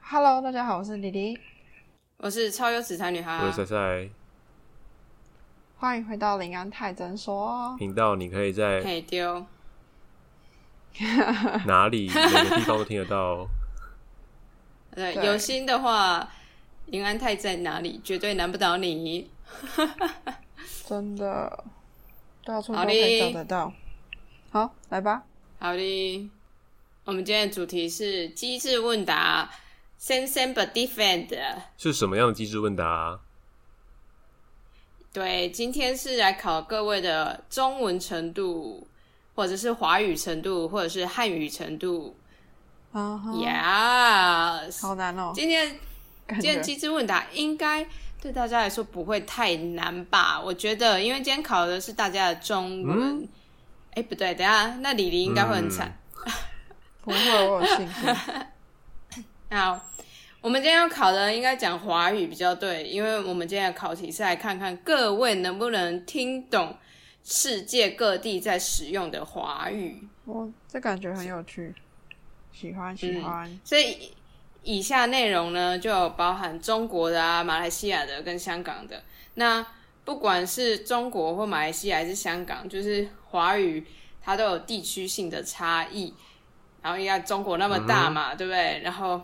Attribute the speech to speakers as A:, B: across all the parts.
A: Hello，大家好，我是李黎，
B: 我是超优紫才女孩啊，
C: 我是赛赛
A: 欢迎回到林安泰诊所。
C: 频道，你可以在
B: 嘿丢，
C: 哪里每个地方都听得到哦。
B: 对，
A: 对
B: 有心的话，林安泰在哪里，绝对难不倒你。
A: 真的，到处都
B: 好
A: 可
B: 的
A: 以找得到。好，来吧。
B: 好的，我们今天的主题是机智问答，Sense and but defend。
C: 是什么样的机制问答啊？
B: 对，今天是来考各位的中文程度，或者是华语程度，或者是汉语程度。
A: 啊哈，
B: Yes，
A: 好难哦，
B: 今天
A: 感
B: 今天
A: 觉
B: 机智问答应该对大家来说不会太难吧？我觉得，因为今天考的是大家的中
A: 嗯
B: 文。哎、不对，等一下，那李黎应该会很惨。
A: 不会，我有信心。 嗯
B: 好，我们今天要考的应该讲华语比较对，因为我们今天的考题是来看看各位能不能听懂世界各地在使用的华语。
A: 我这感觉很有趣，喜欢喜欢。
B: 所以以下内容呢，就有包含中国的啊、马来西亚的跟香港的。那不管是中国或马来西亚还是香港，就是华语它都有地区性的差异。然后应该中国那么大嘛，对不对？然后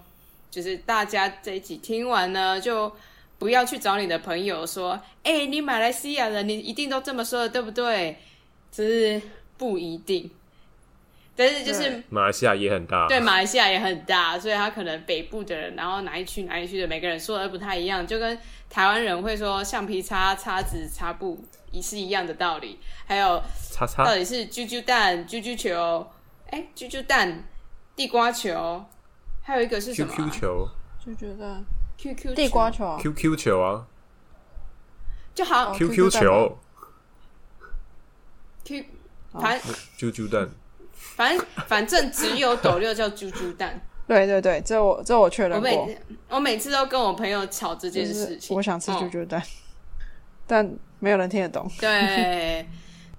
B: 就是大家这一集听完呢，就不要去找你的朋友说：“哎、你马来西亚人，你一定都这么说的，对不对？”只是不一定，但是就是
A: 对
C: 马来西亚也很大，
B: 对，马来西亚也很大，所以他可能北部的人，然后哪一区哪一区的每个人说的不太一样，就跟台湾人会说橡皮擦、叉子、擦布也是一样的道理。还有
C: 叉叉
B: 到底是啾啾蛋、啾啾球，哎、啾啾蛋、地瓜球，还有一个是什么
C: QQ 球、
A: 就觉得
B: QQ
A: 地瓜，球啊
C: QQ 球啊
B: 就好
A: 哦
C: ，QQ 球、
B: Q，反
C: 啾啾蛋，
B: 反正反正只有斗六叫啾 啾蛋。
A: 对对对，这我这我确
B: 我
A: 认过，
B: 每我每次都跟我朋友吵这
A: 就
B: 件事
A: 是
B: 情。
A: 我想吃
B: 嗯
A: 啾啾蛋，但没有人听得懂。
B: 对，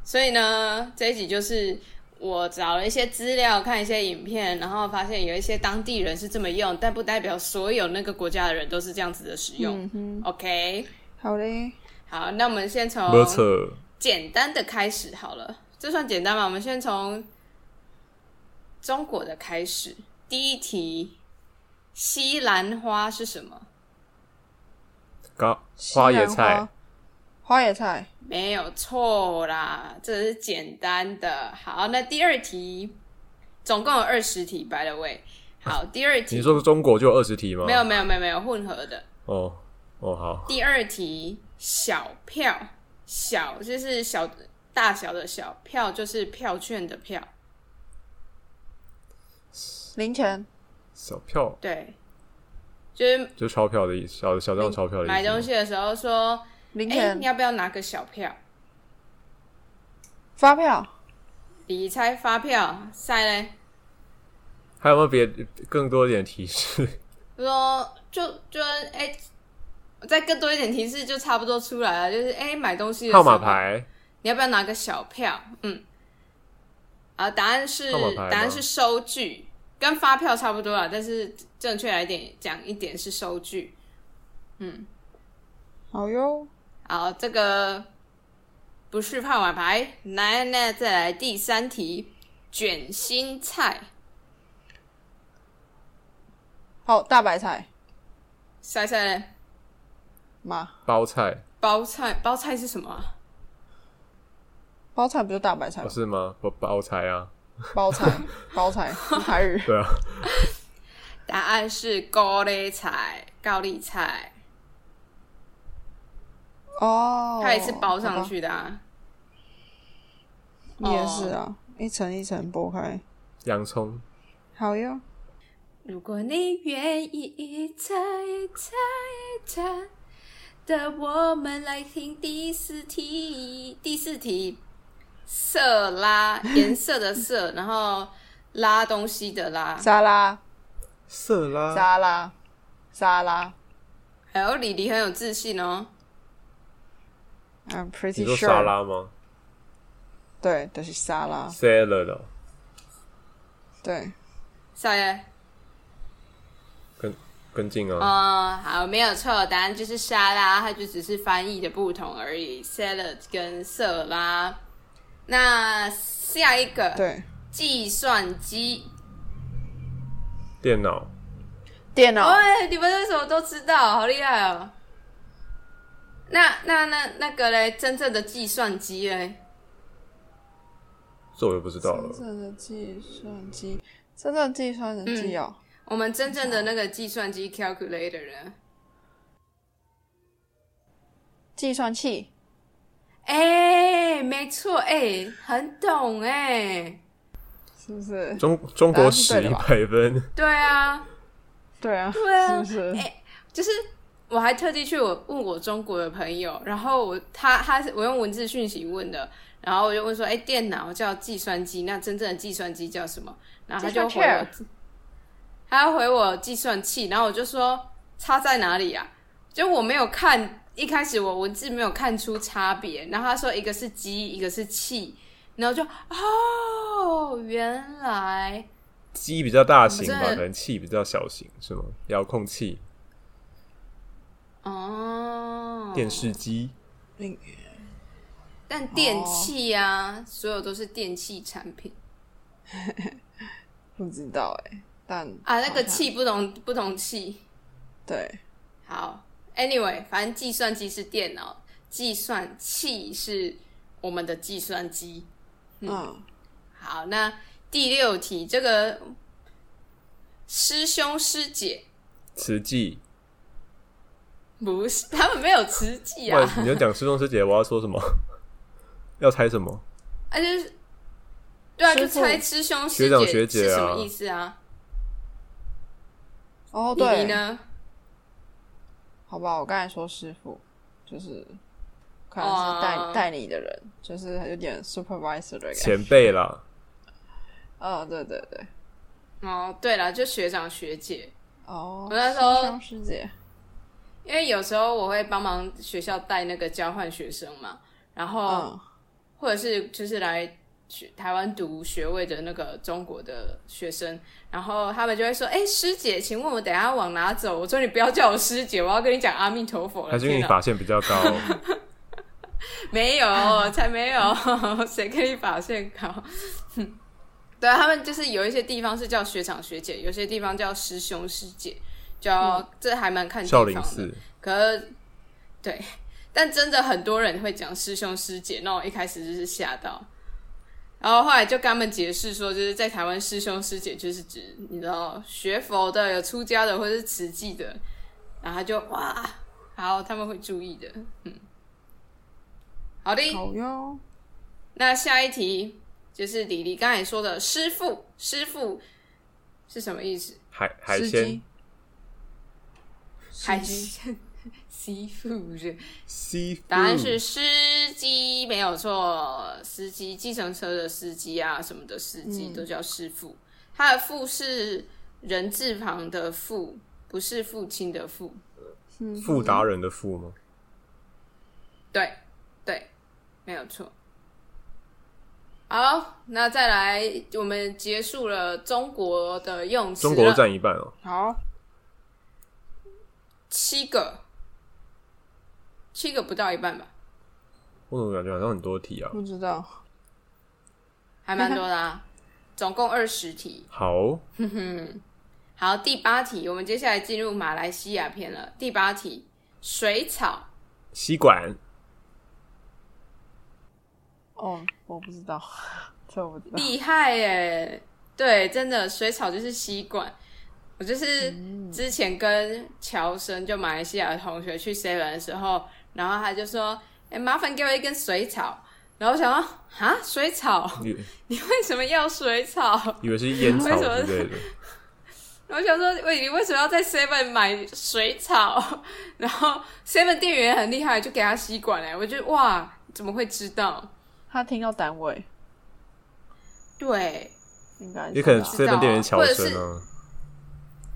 B: 所以呢，这一集就是我找了一些资料，看一些影片，然后发现有一些当地人是这么用，但不代表所有那个国家的人都是这样子的使用。
A: 嗯哼，
B: OK，
A: 好嘞，
B: 好，那我们先从
C: 没错，
B: 简单的开始好了，这算简单吗？我们先从中国的开始。第一题，西兰花是什么？
C: 高
B: 啊
C: 花椰
A: 西兰
C: 菜
A: 花，花野菜，
B: 没有错啦，这是简单的。好，那第二题，总共有二十题，by the way。好，第二题
C: 你说中国就有二十题吗？
B: 没有没有没有没有混合的。
C: 哦哦好，
B: 第二题，小票，小就是小大小的小票，就是票券的票。
A: 零钱，
C: 小票
B: 对，就是
C: 就是钞票的意思，小小张钞票的意思。
B: 嗯买东西的时候说，
A: 零
B: 哎、
A: 钱
B: 你，要不要拿个小票？
A: 发票，
B: 理财发票，塞嘞。
C: 还有没有别更多一点 提示？
B: 就说就就哎、再更多一点提示就差不多出来了，就是哎、买东西的时
C: 号
B: 候
C: 码，牌
B: 你要不要拿个小票？嗯，啊，答案是
C: 号码牌吗
B: 答案是收据，跟发票差不多啦，但是正确来点讲一点是收据。
A: 好哟，
B: 好，这个不是号码牌，来，那再来第三题，卷心菜，
A: 好大白菜
B: 塞塞
A: 嘛，
C: 包菜，
B: 包菜，包菜是什么啊？
A: 包菜不就大白菜
C: 不
A: 吗？
C: 哦是吗？包包菜啊，
A: 包菜，包菜，是台语，
C: 对啊，
B: 答案是高丽菜，高丽菜。
A: 哦，
B: 它也是包上
A: 好吧，
B: 去的啊。
A: 也是啊，
B: 哦
A: 一层一层剥开，
C: 洋葱。
A: 好哟，
B: 如果你愿意一层一层一层的，我们来听第四题。第四题，色拉颜色的色，然后拉东西的拉，
A: 沙拉
C: 色拉，
A: 沙拉沙拉
B: 还有李黎很有自信哦。
A: ，I'm
C: 你
A: pretty
C: 说沙
A: sure，
C: 拉吗
A: 对，就是沙拉，
C: ？Salad，哦
A: 对，
B: 少爷，
C: 跟跟进啊。
B: 哦，好，没有错，答案就是沙拉，它就只是翻译的不同而已，salad 跟色拉。那下一个，
A: 对，
B: 计算机。
C: 电脑
A: 电脑
B: 哎、你们为什么都知道？好厉害哦！那那那那个嘞，真正的计算机嘞，
C: 这我就不知道
A: 真
C: 了。
A: 正的计算机，真正的计算机哦，
C: 嗯
B: 我们真正的那个计算机 calculator 呢？
A: 计算器，
B: 哎、没错，哎、很懂哎、
A: 是不是？
C: 中中
A: 答
C: 国
A: 案是
C: 史
A: 对
C: 一
A: 的吧
C: 百分，
B: 对啊，
A: 对啊，
B: 对啊，
A: 是不是？
B: 哎、就是我还特地去我问我中国的朋友，然后我他他是我用文字讯息问的，然后我就问说，哎、电脑叫计算机，那真正的计算机叫什么？然后他就
A: 计
B: 回
A: 算器
B: 我，他回我计算器，然后我就说差在哪里啊？就我没有看，一开始我文字没有看出差别，然后他说一个是机，一个是器，然后就哦，原来。
C: 鸡比较大型
B: 我
C: 吧，
B: 真的
C: 可能气比较小型，是吗？遥控器、
B: 哦，
C: 电视机，
A: 你
B: 但
A: 哦
B: 电器啊，所有都是电器产品
A: 不知道哎，但
B: 啊。那个
A: 好像
B: 器不同不同器。
A: 对
B: 好，anyway，反正计算机是电脑，计算器是我们的计算机。
A: 嗯，
B: 好，那第六题，这个师兄师姐
C: 磁器。
B: 不是 他们没有慈济
C: 哇
B: 啊，，
C: 你要讲师兄师姐，我要说什么？ 要猜什么？
B: 啊就是对啊，
A: 师
B: 就
A: 父
B: 猜师兄师
C: 学长学
B: 姐
C: 姐
B: 是
C: 啊
B: 什么意思啊？
A: 哦
B: 你你
A: 对，
B: 呢？
A: 好吧，我刚才说师傅就是。可能
B: 哦
A: 是带带你的人，就是有点 supervisor 的感觉。
C: 前辈啦，
A: 哦，对对对，
B: 哦，对了，就学长学姐。
A: 哦，
B: 我那时候
A: 师兄师姐，
B: 因为有时候我会帮忙学校带那个交换学生嘛，然后
A: 嗯，
B: 或者是就是来学台湾读学位的那个中国的学生，然后他们就会说：“哎、师姐，请问我等一下往哪走？”我说：“你不要叫我师姐，我要跟你讲阿弥陀佛了。”
C: 还是因为
B: 天
C: 你
B: 哪啊
C: 法线比较 高，
B: 没有，才没有， 谁跟你法线高？哼 对啊，他们就是有一些地方是叫学长学姐，有些地方叫师兄师姐，叫、这还蛮看地
C: 少
B: 方的。
C: 林寺
B: 可是对， 但真的很多人会讲师兄师姐，那我一开始就是吓到，然后后来就跟他们解释说，就是在台湾师兄师姐就是指你知道学佛的、有出家的或是慈济的，然后他就哇，好，他们会注意的，嗯，好的，
A: 嗯好哟，
B: 那下一题就是李黎刚才说的师傅，师傅是什么意思？
C: 海海
A: 司
C: 鲜
A: 机，
B: 还
A: 司机
B: 是师傅是？
C: 西服
B: 答案是司机，没有错，司机，计程车的司机啊，什么的司机、
A: 嗯
B: 都叫师傅。他的父是人字旁的父，不是父亲的父。
A: 嗯
C: 富达人的富
B: 啊
C: 吗？
B: 对，对，没有错。好，那再来，我们结束了中国的用词了，
C: 中国占一半哦，
A: 好，
B: 七个，七个不到一半吧，
C: 我怎么感觉好像很多题啊？
A: 不知道，
B: 还蛮多的 啊，总共二十题。
C: 好，
B: 好，第八题，我们接下来进入马来西亚篇了。第八题，水草，
C: 吸管
A: 哦，我不知道，这我不知道，
B: 厉害耶！对，真的，水草就是吸管。我就是
A: 嗯
B: 之前跟乔生，就马来西亚的同学去 seven 的时候，然后他就说：“哎、麻烦给我一根水草。”然后我想说：“啊，水草？
C: 以
B: 你为什么要水草
C: 以为是烟草
B: 为什么
C: 之类的，？”
B: 我想说：“喂，你为什么要在 seven 买水草？” 然后 seven 店员很厉害，就给他吸管哎，我就哇，怎么会知道？
A: 他听到单位，
B: 对，
A: 应该
C: 也可能
A: 吧
B: 是
C: 这份店员
B: 或
C: 乔
B: 者
C: 生
B: 是
C: 啊，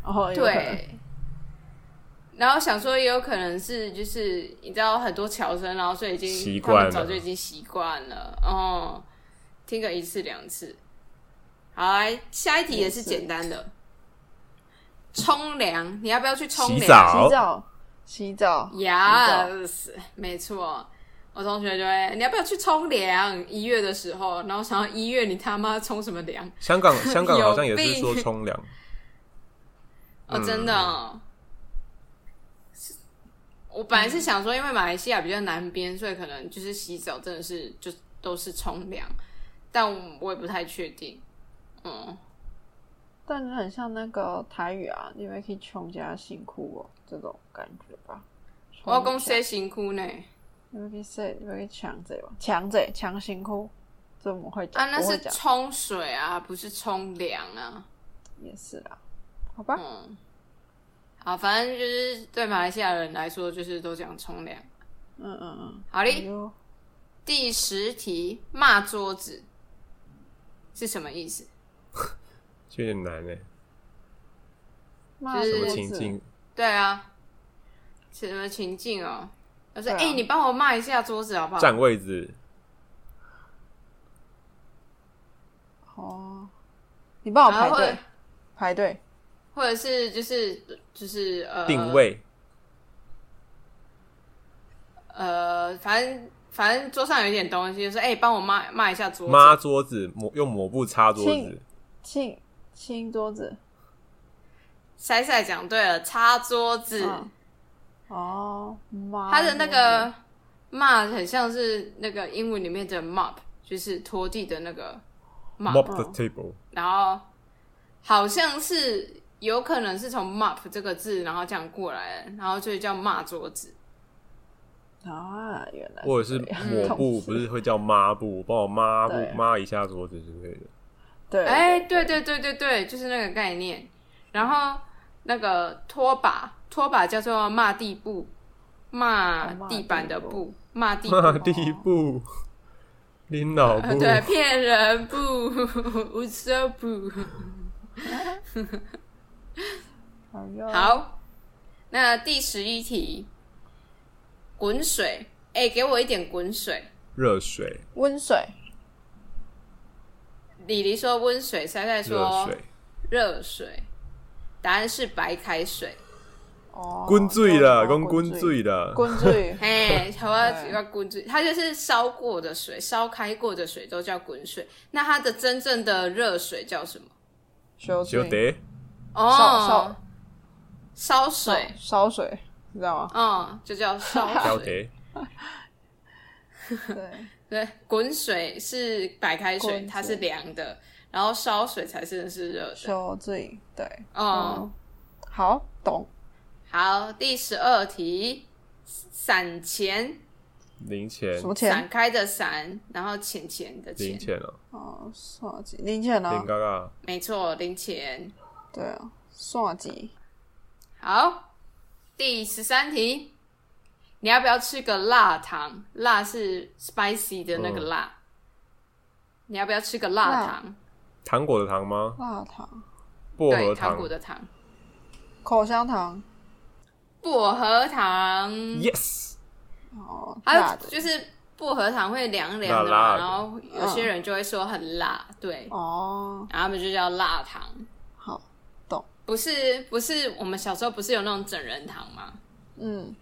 A: 哦，有可能
B: 对。然后想说，也有可能是就是你知道很多侨生，然后所以已经
C: 习
B: 他们
C: 惯了
B: 早就已经习惯了，哦，听个一次两次。好，来下一题也是
A: 也是
B: 简单的，冲凉，你要不要去冲
C: 洗
B: 凉
C: 澡？
A: 洗澡，洗澡，
B: Yes，没错。我同学就会，你要不要去冲凉？一月的时候，然后想要一月你他妈冲什么凉？
C: 香 港香港好像也
B: 有
C: 是
B: 病
C: 说冲凉，
B: 哦，真的、哦。是我本来是想说，因为马来西亚比较南边，所以可能就是洗澡真的是就都是冲凉，但我也不太确定。嗯，
A: 但是很像那个台语啊，你们可以穷加辛苦哦，这种感觉吧。
B: 我要讲洗辛苦呢
A: 你们可以说，你们可以抢这吧，抢这抢辛苦，这我们会讲
B: 啊，那
A: 我会
B: 是
A: 讲
B: 冲水啊，不是冲凉啊。
A: 也是啦，好吧，
B: 嗯，好，反正就是对马来西亚人来说，就是都讲冲凉。
A: 嗯嗯嗯，
B: 好
A: 哎
B: 嘞，
A: 呦，
B: 第十题，骂桌子是什么意思？
C: 就有点难哎。
A: 骂
B: 就是
C: 什
A: 桌子
C: 么情境？
B: 对啊，什么情境哦？我说，
A: 对啊
B: 哎、你帮我骂一下桌子好不好？
C: 占位置，
A: 哦，你帮我
B: 然
A: 排
B: 后或者
A: 队，排队，
B: 或者是就是就是呃
C: 定位，
B: 呃，反正反正桌上有一点东西，就说哎，帮、我骂骂一下桌
C: 抹
B: 子。
C: 桌子，抹用抹布擦桌子
A: 亲，清清桌子，
B: 塞塞讲对了，擦桌子。
A: 嗯哦，妈，
B: 他的那个骂很像是那个英文里面的 mop，就是拖地的那个 mop，
C: mop the table，
B: 然后好像是有可能是从 mop 这个字，然后这样过来的，然后所以叫骂桌子。
A: 啊，原来
C: 或者是
A: 这样
C: 抹布，
A: 同
C: 不
A: 事
C: 是会叫抹布，帮我抹布
A: 对
C: 抹一下桌子之类的。
A: 对，
B: 哎、 对对对对对，就是那个概念。然后那个拖把，拖把叫做骂地布，骂
A: 哦骂
B: 地板的
A: 地布
B: 布，骂地
C: 抹
B: 布。
C: 地布，拎脑布，
B: 对，骗人布，无色布。
A: 哎呦，
B: 好，那第十一题，滚水，哎、给我一点滚水。
C: 热水，
A: 温水，
B: 李黎说温水，塞塞
C: 热
B: 说
C: 水，
B: 热水，答案是白开水。，
A: 哦，
C: 滚水了，
A: 对
C: 讲滚，水了，
A: 滚水
B: 嘿，台湾
A: 对
B: 叫滚水，它就是烧过的水，烧开过的水都叫滚水。那它的真正的热水叫什么？
A: 烧
C: 就
A: 水，
C: 得
B: 哦
A: 烧，
B: 烧水，
A: 烧水，你知道吗？
B: 嗯，就叫烧
C: 要
B: 水。
C: 得
A: 对，
B: 对，滚水是白开水，
A: 滚
B: 它是
A: 水
B: 凉的，然后烧水才真的是热的。
A: 烧水，对，
B: 哦、
A: 嗯，好，懂，
B: 好，第十二题，散钱，
C: 零钱
A: 什，么钱
B: 散？开的散，然后钱钱的
C: 零
B: 钱，
C: 钱哦，
A: 哦，算计，零钱
C: 零
A: 啊，
C: 嘎嘎，
B: 没错，零钱。
A: 对啊，算计，
B: 好，第十三题，你要不要吃个辣糖？辣是 spicy 的那个
C: 嗯
B: 辣，你要不要吃个辣
A: 辣
B: 糖？
C: 糖果的糖吗？
A: 辣糖、
C: 薄
B: 对，
C: 荷
B: 糖
C: 糖
B: 果的糖，
A: 口香糖，
B: 薄荷糖。
A: 嗯
C: ，yes，
A: 哦，
B: 还
A: 辣
B: 有
A: 的，
B: 就是薄荷糖会凉凉的嘛，
C: 辣辣的
B: 然后有些人就会说很辣，对，
A: 哦，
B: 然后他们就叫辣糖，
A: 好，
B: 不是不是我们小时候不是有那种整人糖吗？
A: 嗯，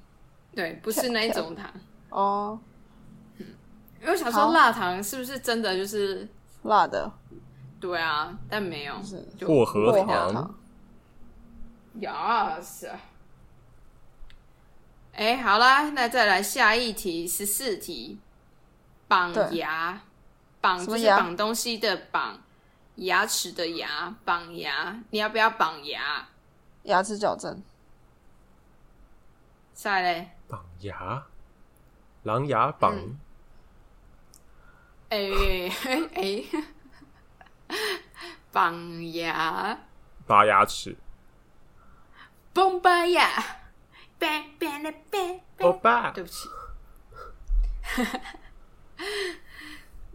B: 对，不是那一 种糖，
A: 哦，
B: 因为我小时候
A: 好
B: 辣糖是不是真的就是
A: 辣的，
B: 对啊？但没有
A: 是
B: 就
C: 薄荷
A: 薄荷
C: 糖
A: 糖，
B: ，yes。哎、好啦，那再来下一题，十四题，绑
A: 对
B: 牙，绑
A: 什
B: 就
A: 么
B: 是
A: 牙
B: 绑东西的绑，牙齿的牙，绑牙，你要不要绑牙？
A: 牙齿矫正，
B: 再嘞，
C: 绑牙，狼牙绑，
A: 嗯
B: 哎哎哎， 绑牙，
C: 拔牙齿，
B: 崩巴牙，拜拜了拜
C: 欧
B: 拜，
C: 巴，
B: 对不起。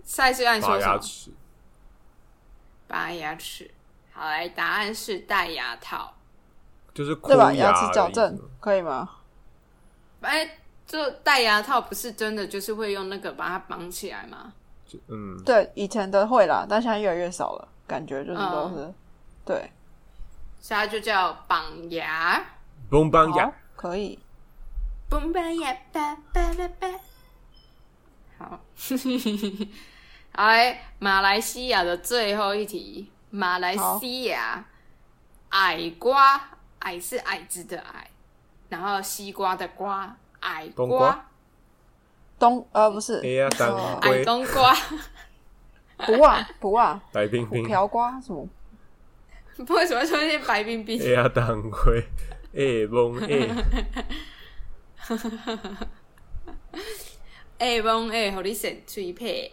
B: 赛斯按
C: 拔
B: 说什
C: 牙
B: 么？
C: 齿，
B: 拔牙齿。好，来，答案是戴牙套。
C: 就是箍
A: 对吧？
C: 牙
A: 牙齿矫
C: 而已
A: 正
C: 嘛
A: 可以吗？
B: 哎，就戴牙套不是真的，就是会用那个把它绑起来吗？
C: 就嗯，
A: 对，以前的会啦，但现在越来越少了，感觉就是都
B: 嗯
A: 是、对。
B: 所以它就叫绑牙。
C: 崩邦
A: 好
C: 牙，
A: 可以，
B: 蹦吧呀吧吧啦吧。好， 好来，马来西亚的最后一题，马来西亚矮瓜，矮是矮子的矮，然后西瓜的瓜，矮
C: 冬瓜
A: 冬呃不是，
C: 哎呀，当
A: 哦
B: 矮
C: 归
B: 冬瓜，
A: 不啊不 啊，
C: 白冰冰，
A: 瓢瓜什么？
B: 为什么出现白冰冰
C: 哎？呀，当 归，哎崩哎，
B: 哎翁哎，互你先吹配。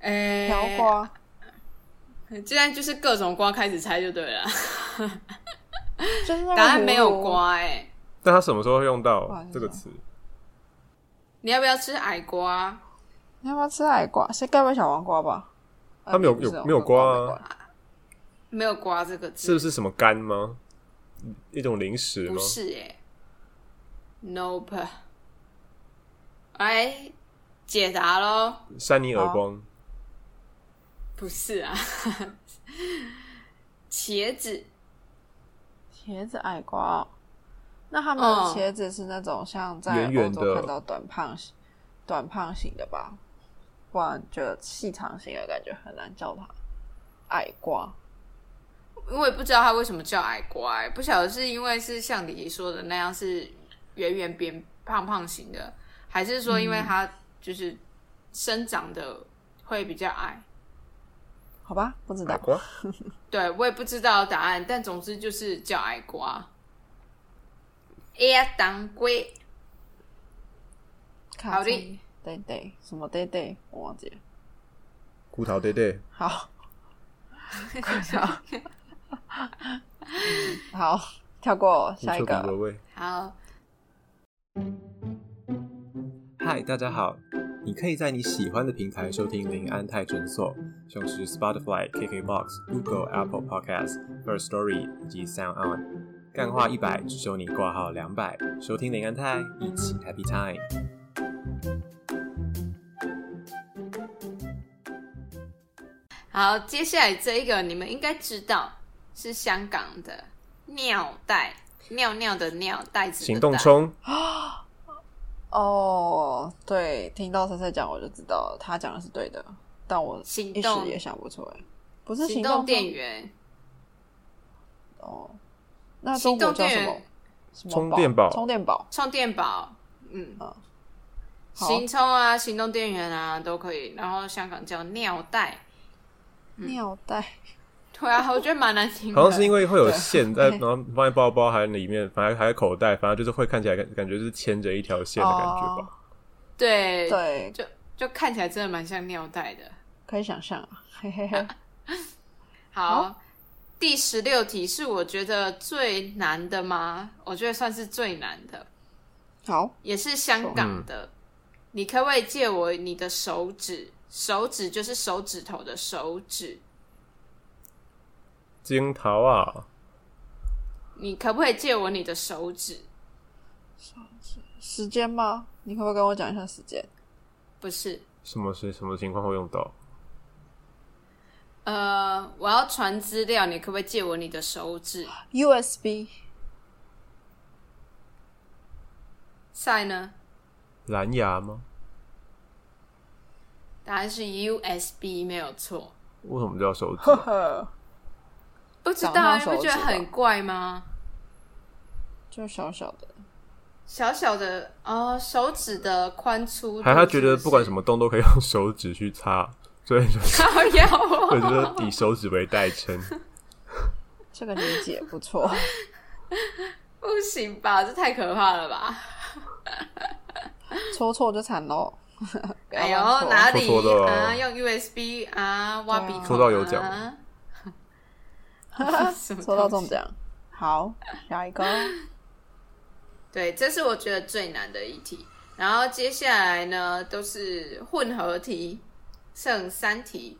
B: 哎，
A: 瓢，瓜
B: 现在就是各种瓜开始猜就对了，
A: 就是那个
B: 答案没有
A: 葫芦，
B: 瓜哎、
C: 那他什么时候会用
A: 不好
C: 到
A: 意思
C: 这个
A: 啊
C: 词？
B: 你要不要吃矮瓜？
A: 你要不要吃矮瓜？是该不会小黄瓜吧？呃
C: 它没有
A: 不是
C: 有
A: 哦
C: 没有瓜啊
B: 没有“瓜”这个字，
C: 是不是什么干吗？一种零食
B: 不
C: 吗？
B: 是哎、Nope。来解答喽，
C: 扇你耳光，
B: 不是啊，茄子
A: 茄子矮瓜哦，那他们的
B: 嗯
A: 茄子是那种像在
C: 圆圆
A: 欧
C: 的
A: 洲看到短胖型、短胖型的吧？不然就细长型的感觉很难叫它矮瓜。
B: 我也不知道它为什么叫矮瓜、欸，不晓得是因为是像李怡说的那样是圆圆扁胖胖型的，还是说因为它就是生长的会比较矮？
A: 好吧，不知
C: 矮
A: 道。
C: 瓜，
B: 对我也不知道答案，但总之就是叫矮瓜。 哎呀，当归
A: 卡
B: 好的
A: 通，对对，什么对对，我忘记了。
C: 骨头对对，
A: 好， 快跳。好，跳过
C: 你
A: 下一
C: 彻底
A: 个
C: 归。位。
B: 好，
C: 嗨，大家好！你可以在你喜欢的平台收听林安泰诊所，像是 Spotify、KKBox、Google、Apple Podcasts、First Story 以及 Sound On。干话一百，只收你挂号两百。收听林安泰，一起 Happy Time。
B: 好，接下来这一个你们应该知道是香港的尿袋，尿尿的尿袋子的
C: 行动
B: 袋
C: 冲，
A: 哦。对，听到菜菜讲，我就知道了他讲的是对的，但我
B: 行
A: 一时
B: 动
A: 也想不出来。不是
B: 行
A: 动
B: 动电源，
A: 哦，那中
B: 行
A: 国
B: 动
A: 叫
B: 电
A: 什么
B: 源？
A: 什么
C: 充电宝
A: 充电宝。
B: 充电宝，嗯
A: 哦，好
B: 行充啊，行动电源啊都可以。然后香港叫尿袋，嗯
A: 尿袋，
B: 对啊，我觉得蛮难听的。
C: 好像是因为会有
A: 对
C: 线在，
A: 对
C: 然后放在包包还是里面，反正还在口袋，反正就是会看起来感感觉是牵着一条线的感觉吧。
B: 对，
A: 对，
B: 就就看起来真的蛮像尿袋的。
A: 可以想象啊，嘿嘿嘿。
B: 好，第十六题是我觉得最难的吗？我觉得算是最难的，
A: 好，
B: 也是香港的。
C: 嗯
B: 你可不可以借我你的手指？手指就是手指头的手指。
C: 金桃啊，
B: 你可不可以借我你的手指？
A: 时间吗？你可不可以跟我讲一下时间？
B: 不是，
C: 什么是什么情况会用到？
B: 呃，我要传资料，你可不可以借我你的手指？
A: USB
B: 赛呢？
C: 蓝牙吗？
B: 答案是 USB，没有错。
C: 为什么叫手指？
A: 呵呵，
B: 不知道
A: 长
B: 啊，
A: 上
B: 你
A: 手
B: 不觉得
A: 指吧
B: 很怪吗？
A: 就小小的，
B: 小小的哦，手指的宽粗度，
C: 还有他觉得不管 什
B: 么，
C: 么洞都可以用手指去擦，所以就
B: 靠腰
C: 我
B: 哦，
C: 觉得以手指为代称。
A: 这个理解不错。
B: 不行吧？这太可怕了 吧！
A: 戳错就惨喽。 不要
B: 哎呦
A: 乱，戳
B: 哪里
C: 戳错的
B: 啊？
C: 啊
B: 用 USB 啊，挖鼻孔、啊，
C: 戳到有奖
B: 什么东西
A: 戳到中。奖。好，下一个。
B: 对，这是我觉得最难的一题。然后接下来呢，都是混合题，剩三题。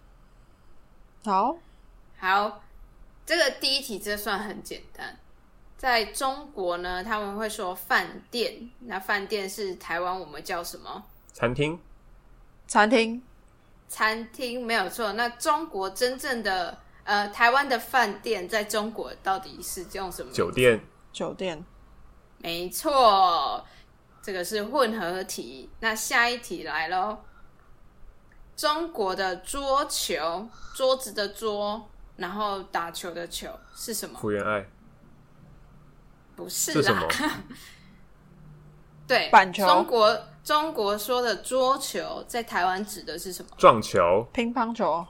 A: 好，
B: 好，这个第一题这算很简单。在中国呢，他们会说饭店，那饭店是台湾我们叫什么？
C: 餐厅
A: 餐厅
B: 餐厅没有错。那中国真正的呃，台湾的饭店在中国到底是用什么？
C: 酒店
A: 酒店
B: 没错，这个是混合题。那下一题来喽。中国的桌球，桌子的桌，然后打球的球是什么？
C: 福原爱
B: 不是
C: 是什
B: 啦
C: 么，？
B: 对，
A: 板球
B: 中国中国说的桌球，在台湾指的是什么？
C: 撞球
A: 乒乓球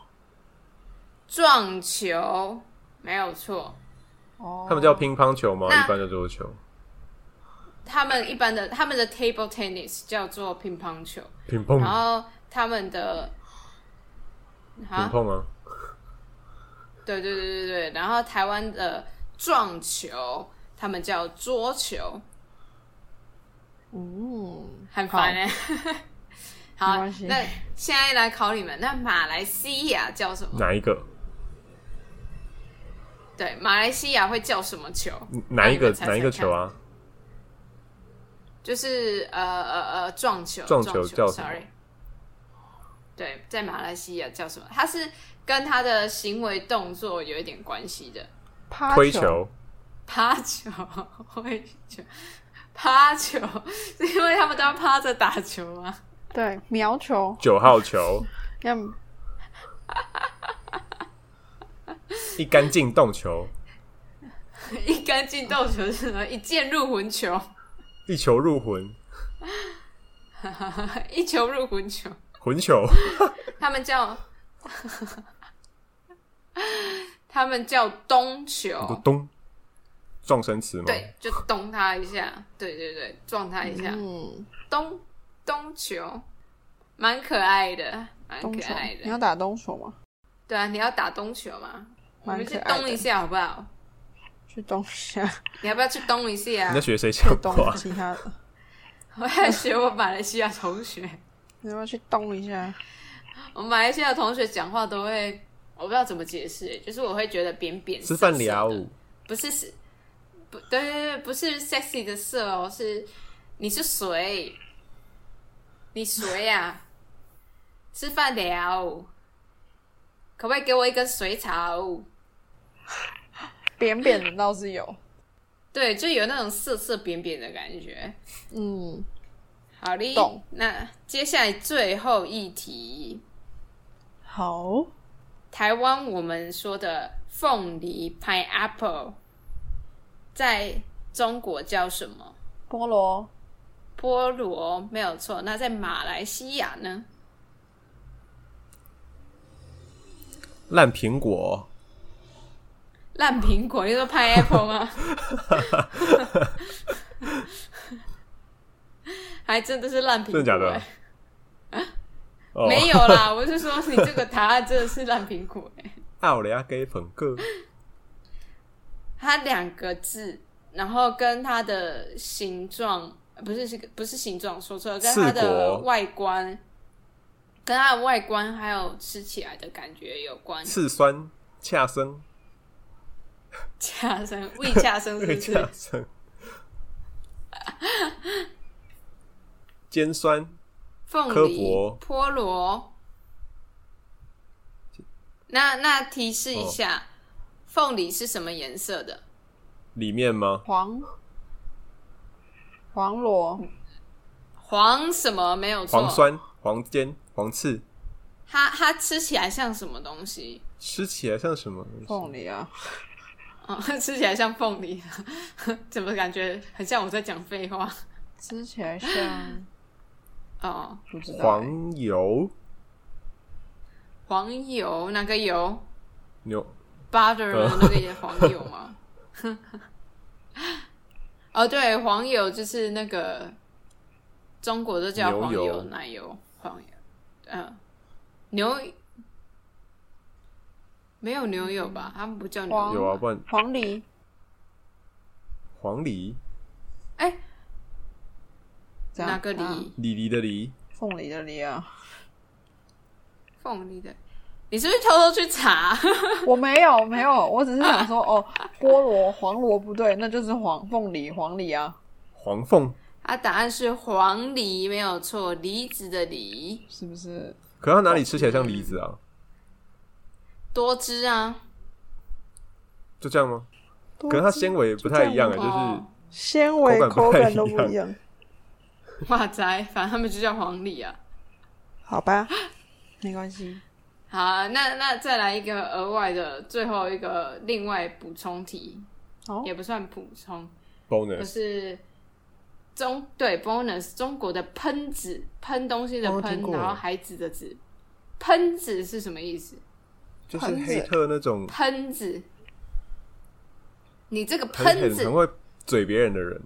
B: 撞球，没有错。
A: 哦，
C: 他们叫乒乓球吗？
B: 那
C: 一般叫桌球。
B: 他们一般的他们的 table tennis 叫做乒乓球，
C: 乒乓，
B: 然后他们的
C: 乒
B: 啊，
C: 乓啊，
B: 对对对对对，然后台湾的撞球，他们叫桌球，
A: 嗯，
B: 很烦哎、
A: 没
B: 好
A: 关，系
B: 那现在来考你们，那马来西亚叫什么？
C: 哪一个？
B: 对，马来西亚会叫什么球？那
C: 哪一
B: 你
C: 个
B: 们猜猜
C: 哪一个
B: 看
C: 球？啊？
B: 就是呃呃呃撞球，
C: 撞球
B: 球
C: 叫什么
B: sorry。对，在马来西亚叫什么？它是跟他的行为动作有一点关系的，
A: 趴
C: 推球，
B: 趴球、挥球、趴球，是因为他们都要趴着打球吗？
A: 对瞄球，
C: 九 号球，
A: 要
C: 一杆进洞球，
B: 一杆进洞球是什么？一箭入魂球，
C: 一球入魂，
B: 一球入魂球。
C: 魂球，
B: 他们叫， 他们叫东
C: 你说
B: 球，
C: 咚，撞声词吗？
B: 哦对，就咚他一下，对对对，撞他一下，
A: 嗯
B: 东东球，蛮可爱的，蛮
A: 东
B: 可
A: 球
B: 爱，
A: 你要
B: 的。
A: 打东球吗？
B: 对啊，你要打东球吗？我
A: 蛮
B: 们去
A: 可爱
B: 东一
A: 的，
B: 下好不好？
A: 去东下
B: 你要不要去东一下
C: 你
B: 啊
C: 在？学谁讲
A: 去东
C: 话？
A: 其他的，
B: 我要学我马来西亚同学，
A: 你要不要去东一下？
B: 我马来西亚同学讲话都会，我不知道怎么解释，欸就是我会觉得扁扁
C: 吃饭
B: 涩涩
C: 聊
B: 的，不是是，不对对对，不是 sexy 的色哦，是你是谁？你谁呀、吃饭聊，可不可以给我一根水草？
A: 扁扁的倒是有，
B: 对，就有那种涩涩扁扁的感觉。
A: 嗯，
B: 好哩
A: 懂，
B: 那接下来最后一题，
A: 好，
B: 台湾我们说的凤梨 pineapple，在中国叫什么？
A: 菠萝
B: 菠萝没有错。那在马来西亚呢？
C: 烂苹 果，
B: 烂苹果，你说 pineapple 吗？还真的是烂苹果、
C: 真的假的
B: 欸？
C: 哦，
B: 没 有啦，我是说你这个答案真的是烂苹果、欸。
C: 奥雷亚啊给粉个
B: 它两个字，然后跟它的形状，呃不是是不是形状，说错了，跟它
C: 四
B: 的
C: 国
B: 外观，跟它的外观还有吃起来的感觉有关。
C: 刺酸恰生，
B: 恰生， 未恰生是不是
C: 恰？生， 尖酸
B: 凤
C: 科
B: 梨
C: 博、
B: 菠萝。那那提示一下，
C: 哦
B: 凤、梨是什么颜色的？
C: 里面吗？
A: 黄黄螺
B: 黄什么没有错？
C: 黄。酸、黄尖、黄刺，
B: 它它吃起来像什么东西？
C: 吃起来像什么？
A: 凤梨啊，
B: 哦， 吃起来像凤梨， 怎么感觉很像我在讲废话？
A: 吃起来像
B: 哦，
A: 不知道欸
C: 黄油
B: 黄油哪个油
C: 牛
B: ？butter
C: 嗯
B: 的那个也黄油吗？ 哦，对，黄油就是那个中国都叫黄
C: 牛油
B: 奶油、黄油，嗯、牛没有牛油吧？他们不叫牛
A: 黄
B: 油。
C: 有啊，不然
A: 黄梨
C: 黄梨、
B: 哎、
A: 怎样
B: 哪个梨？
A: 啊
C: 李梨的梨、
A: 凤梨的梨啊，
B: 凤梨的。你是不是偷偷去查？
A: 我没有没有，我只是想说，哦，菠萝黄萝不对，那就是黄凤梨黄梨啊，
C: 黄凤，
B: 啊，答案是黄梨，没有错，梨子的梨，
A: 是不是？
C: 可它哪里吃起来像梨子啊？
B: 多汁啊，
C: 就这样吗？可是它纤维不太一样哎、
A: 就
B: 哦
C: 就是
A: 纤维
C: 口
A: 口
C: 感
A: 感
C: 不太
A: 都
C: 一样
A: 不一样，
B: 哇塞，反正他们就叫黄梨啊。
A: 好吧，没关系。
B: 好啊，那那再来一个额外的最后一个另外补充题，
A: 哦
B: 也不算补充，就
C: bonus
B: 是中对 bonus 中国的喷子，喷东西的
C: 哦
B: 喷
C: 听，过
B: 然后孩子的子，喷子是什么意思？
C: 就是黑特那种
B: 喷子，你这个
C: 很
B: 喷
C: 很很
B: 子，
C: 会嘴别人的人，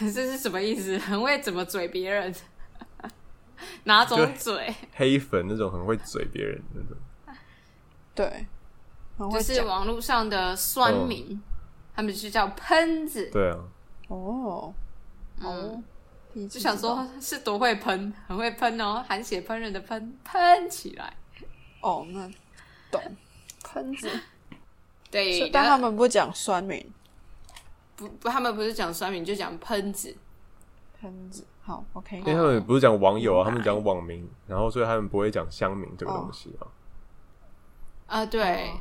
B: 这是什么意思？很会怎么嘴别人？ 哪种
C: 对
B: 嘴？
C: 黑粉那种很会嘴别人那种。
A: 对，然后
B: 就是网络上的酸民，
C: 嗯
B: 他们就叫喷子。
C: 对啊，
A: 哦，
B: 嗯
A: 哦，第一次
B: 就想
A: 知道
B: 说是多会喷，很会喷哦，含血喷人的喷，喷起来。
A: 哦，那懂喷子，
B: 对
A: 是，但他
B: 然后
A: 们不讲酸民
B: 不不，他们不是讲酸民，就讲喷子。
A: 喷子。好，OK，
C: 因为他们不是讲网友啊，他们讲网民，然后所以他们不会讲乡民这个东西啊，
B: 啊、对，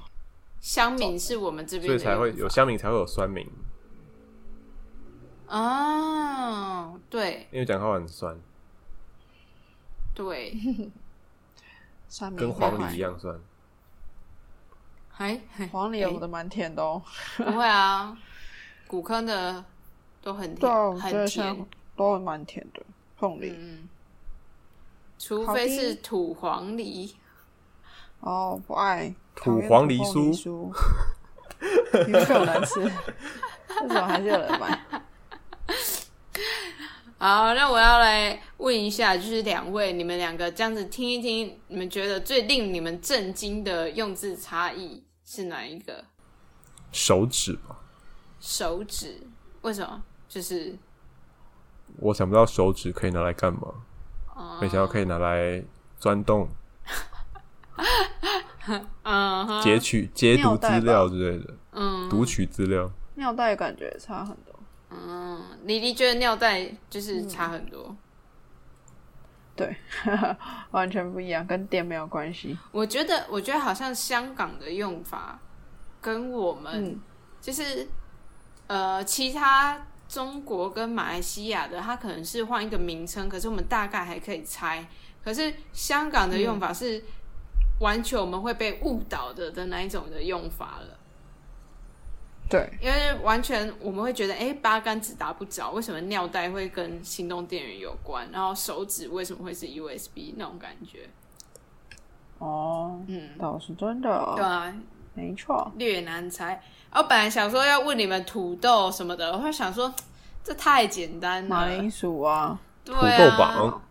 B: 乡民是我们这边的用
C: 所以才
B: 法，
C: 会有乡民才会有酸民，
B: 哦，对
C: 因为讲话很酸，
B: 对，
A: 酸民
C: 跟
A: 太
C: 黄
A: 坏
C: 梨一，样酸。
B: 还
A: 黄梨有的蛮甜的哦。
B: 不会啊，骨科的都很
A: 对啊，
B: 甜，
A: 我觉得
B: 很
A: 现
B: 甜
A: 在，都蛮甜的，凤梨。
B: 嗯，除
A: 好
B: 非
A: 的
B: 是土黄梨。
A: 哦，不爱
C: 土
A: 讨厌
C: 黄梨
A: 土
C: 酥
A: 凤梨酥，有没有难吃？为什么还是有人 买？
B: 好，那我要来问一下，就是两位，你们两个这样子听一听，你们觉得最令你们震惊的用字差异是哪一个？
C: 手指吧，
B: 手指？为什么？就是
C: 我想不到手指可以拿来干嘛，
B: 哦
C: 没想到可以拿来钻洞、
B: 嗯哼
C: 截取、截读
A: 尿
C: 资
A: 袋吧
C: 料之类的，
B: 嗯
C: 读取资料。
A: 尿袋感觉差很多。
B: 嗯，李丽觉得尿袋就是差很多。
A: 对，完全不一样，跟店没有关系。
B: 我觉得，我觉得好像香港的用法跟我们、
A: 嗯
B: 就是呃，其他中国跟马来西亚的，它可能是换一个名称，可是我们大概还可以猜。可是香港的用法是完全我们会被误导的的那一种的用法了，
A: 对，
B: 因为完全我们会觉得，哎、八竿子打不着，为什么尿袋会跟行动电源有关？然后手指为什么会是 USB 那种感觉？
A: 哦，
B: 嗯，
A: 倒是真
B: 对
A: 的，
B: 啊，
A: 没错。
B: 略难猜。我、本来想说要问你们土豆什么的，我会想说这太简单了，
A: 马铃薯啊，
B: 对
C: 土
B: 啊，
C: 豆榜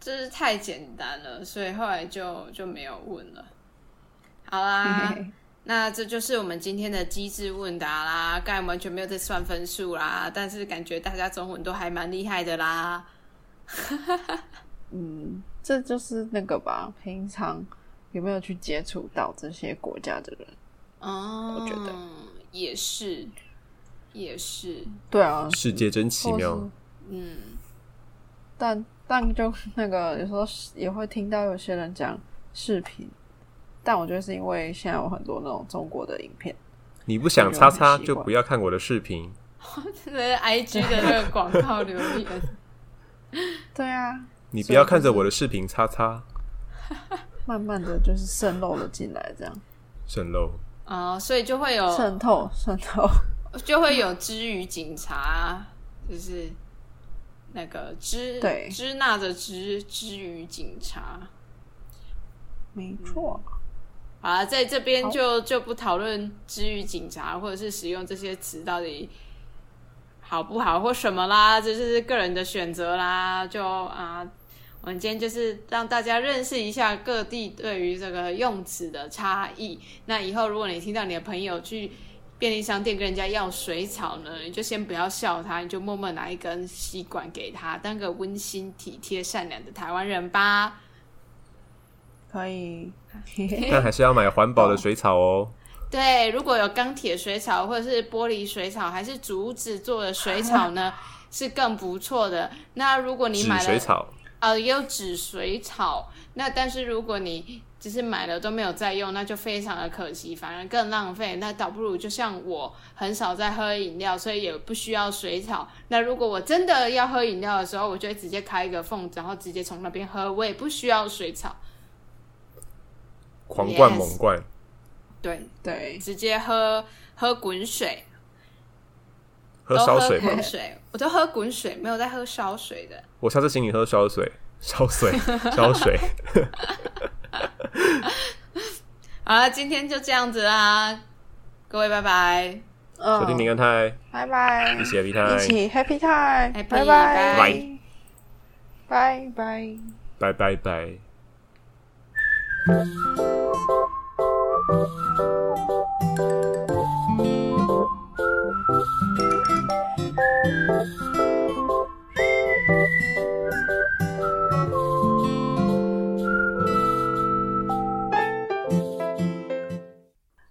B: 这是太简单了，所以后来就就没有问了。好 啦，那这就是我们今天的机智问答啦。刚才完全没有在算分数啦，但是感觉大家中文都还蛮厉害的啦。
A: 嗯，这就是那个吧，平常有没有去接触到这些国家的人？
B: 哦，
A: 我觉得
B: 也是，也是，
A: 对啊，
C: 世界真奇
A: 或
C: 妙
A: 是，
B: 嗯，
A: 但但就那个有时候也会听到有些人讲视频，但我觉得是因为现在有很多那种中国的影片，
C: 你不想
A: 这个
C: 擦
A: 我很
C: 擦
A: 习
C: 就
A: 惯
C: 不要看我的视频。
B: 这是 IG 的那个广告留言。
A: 对啊，
C: 你不要看着我的视频擦擦，
A: 慢慢的就是渗漏了进来，这样
C: 沈漏。
B: 哦、所以就会有
A: 渗透渗透，
B: 就会有之于警察，啊就是那个支
A: 对
B: 支那的支之于警察。
A: 没错，
B: 好啦，在这边
A: 好
B: 就就不讨论之于警察或者是使用这些词到底好不好或什么啦，这就是个人的选择啦。就啊，我们今天就是让大家认识一下各地对于这个用词的差异。那以后如果你听到你的朋友去便利商店跟人家要水草呢，你就先不要笑他，你就默默拿一根吸管给他，当个温馨体贴、善良的台湾人吧。
A: 可以，
C: 但还是要买环保的水草哦。
B: 对，如果有钢铁水草，或者是玻璃水草，还是竹子做的水草 呢，是更不错的。那如果你
C: 纸
B: 买
C: 水
B: 了，
C: 草，
B: 呃，也有纸水草，那但是如果你只是买了都没有再用，那就非常的可惜，反而更浪费。那倒不如就像我很少在喝饮料，所以也不需要水草。那如果我真的要喝饮料的时候，我就会直接开一个缝，然后直接从那边喝，我也不需要水草。
C: 狂灌
B: Yes
C: 猛灌。
B: 对，
A: 对，
B: 直接喝喝滚水，
C: 喝
B: 都
C: 烧
B: 喝
C: 水吧，
B: 滚水，我都喝滚水，没有在喝烧水的。
C: 我下次请你喝烧水，烧水，烧水。
B: 哦好了，今天就这样子啦，各位拜拜，
A: 嗯
C: 锁定林安泰，
A: 拜拜，
C: 一起 Happy
A: 一
C: Time，
A: 起 Happy Time，拜
B: Happy，哎拜
A: 拜，拜拜。
C: 拜拜拜。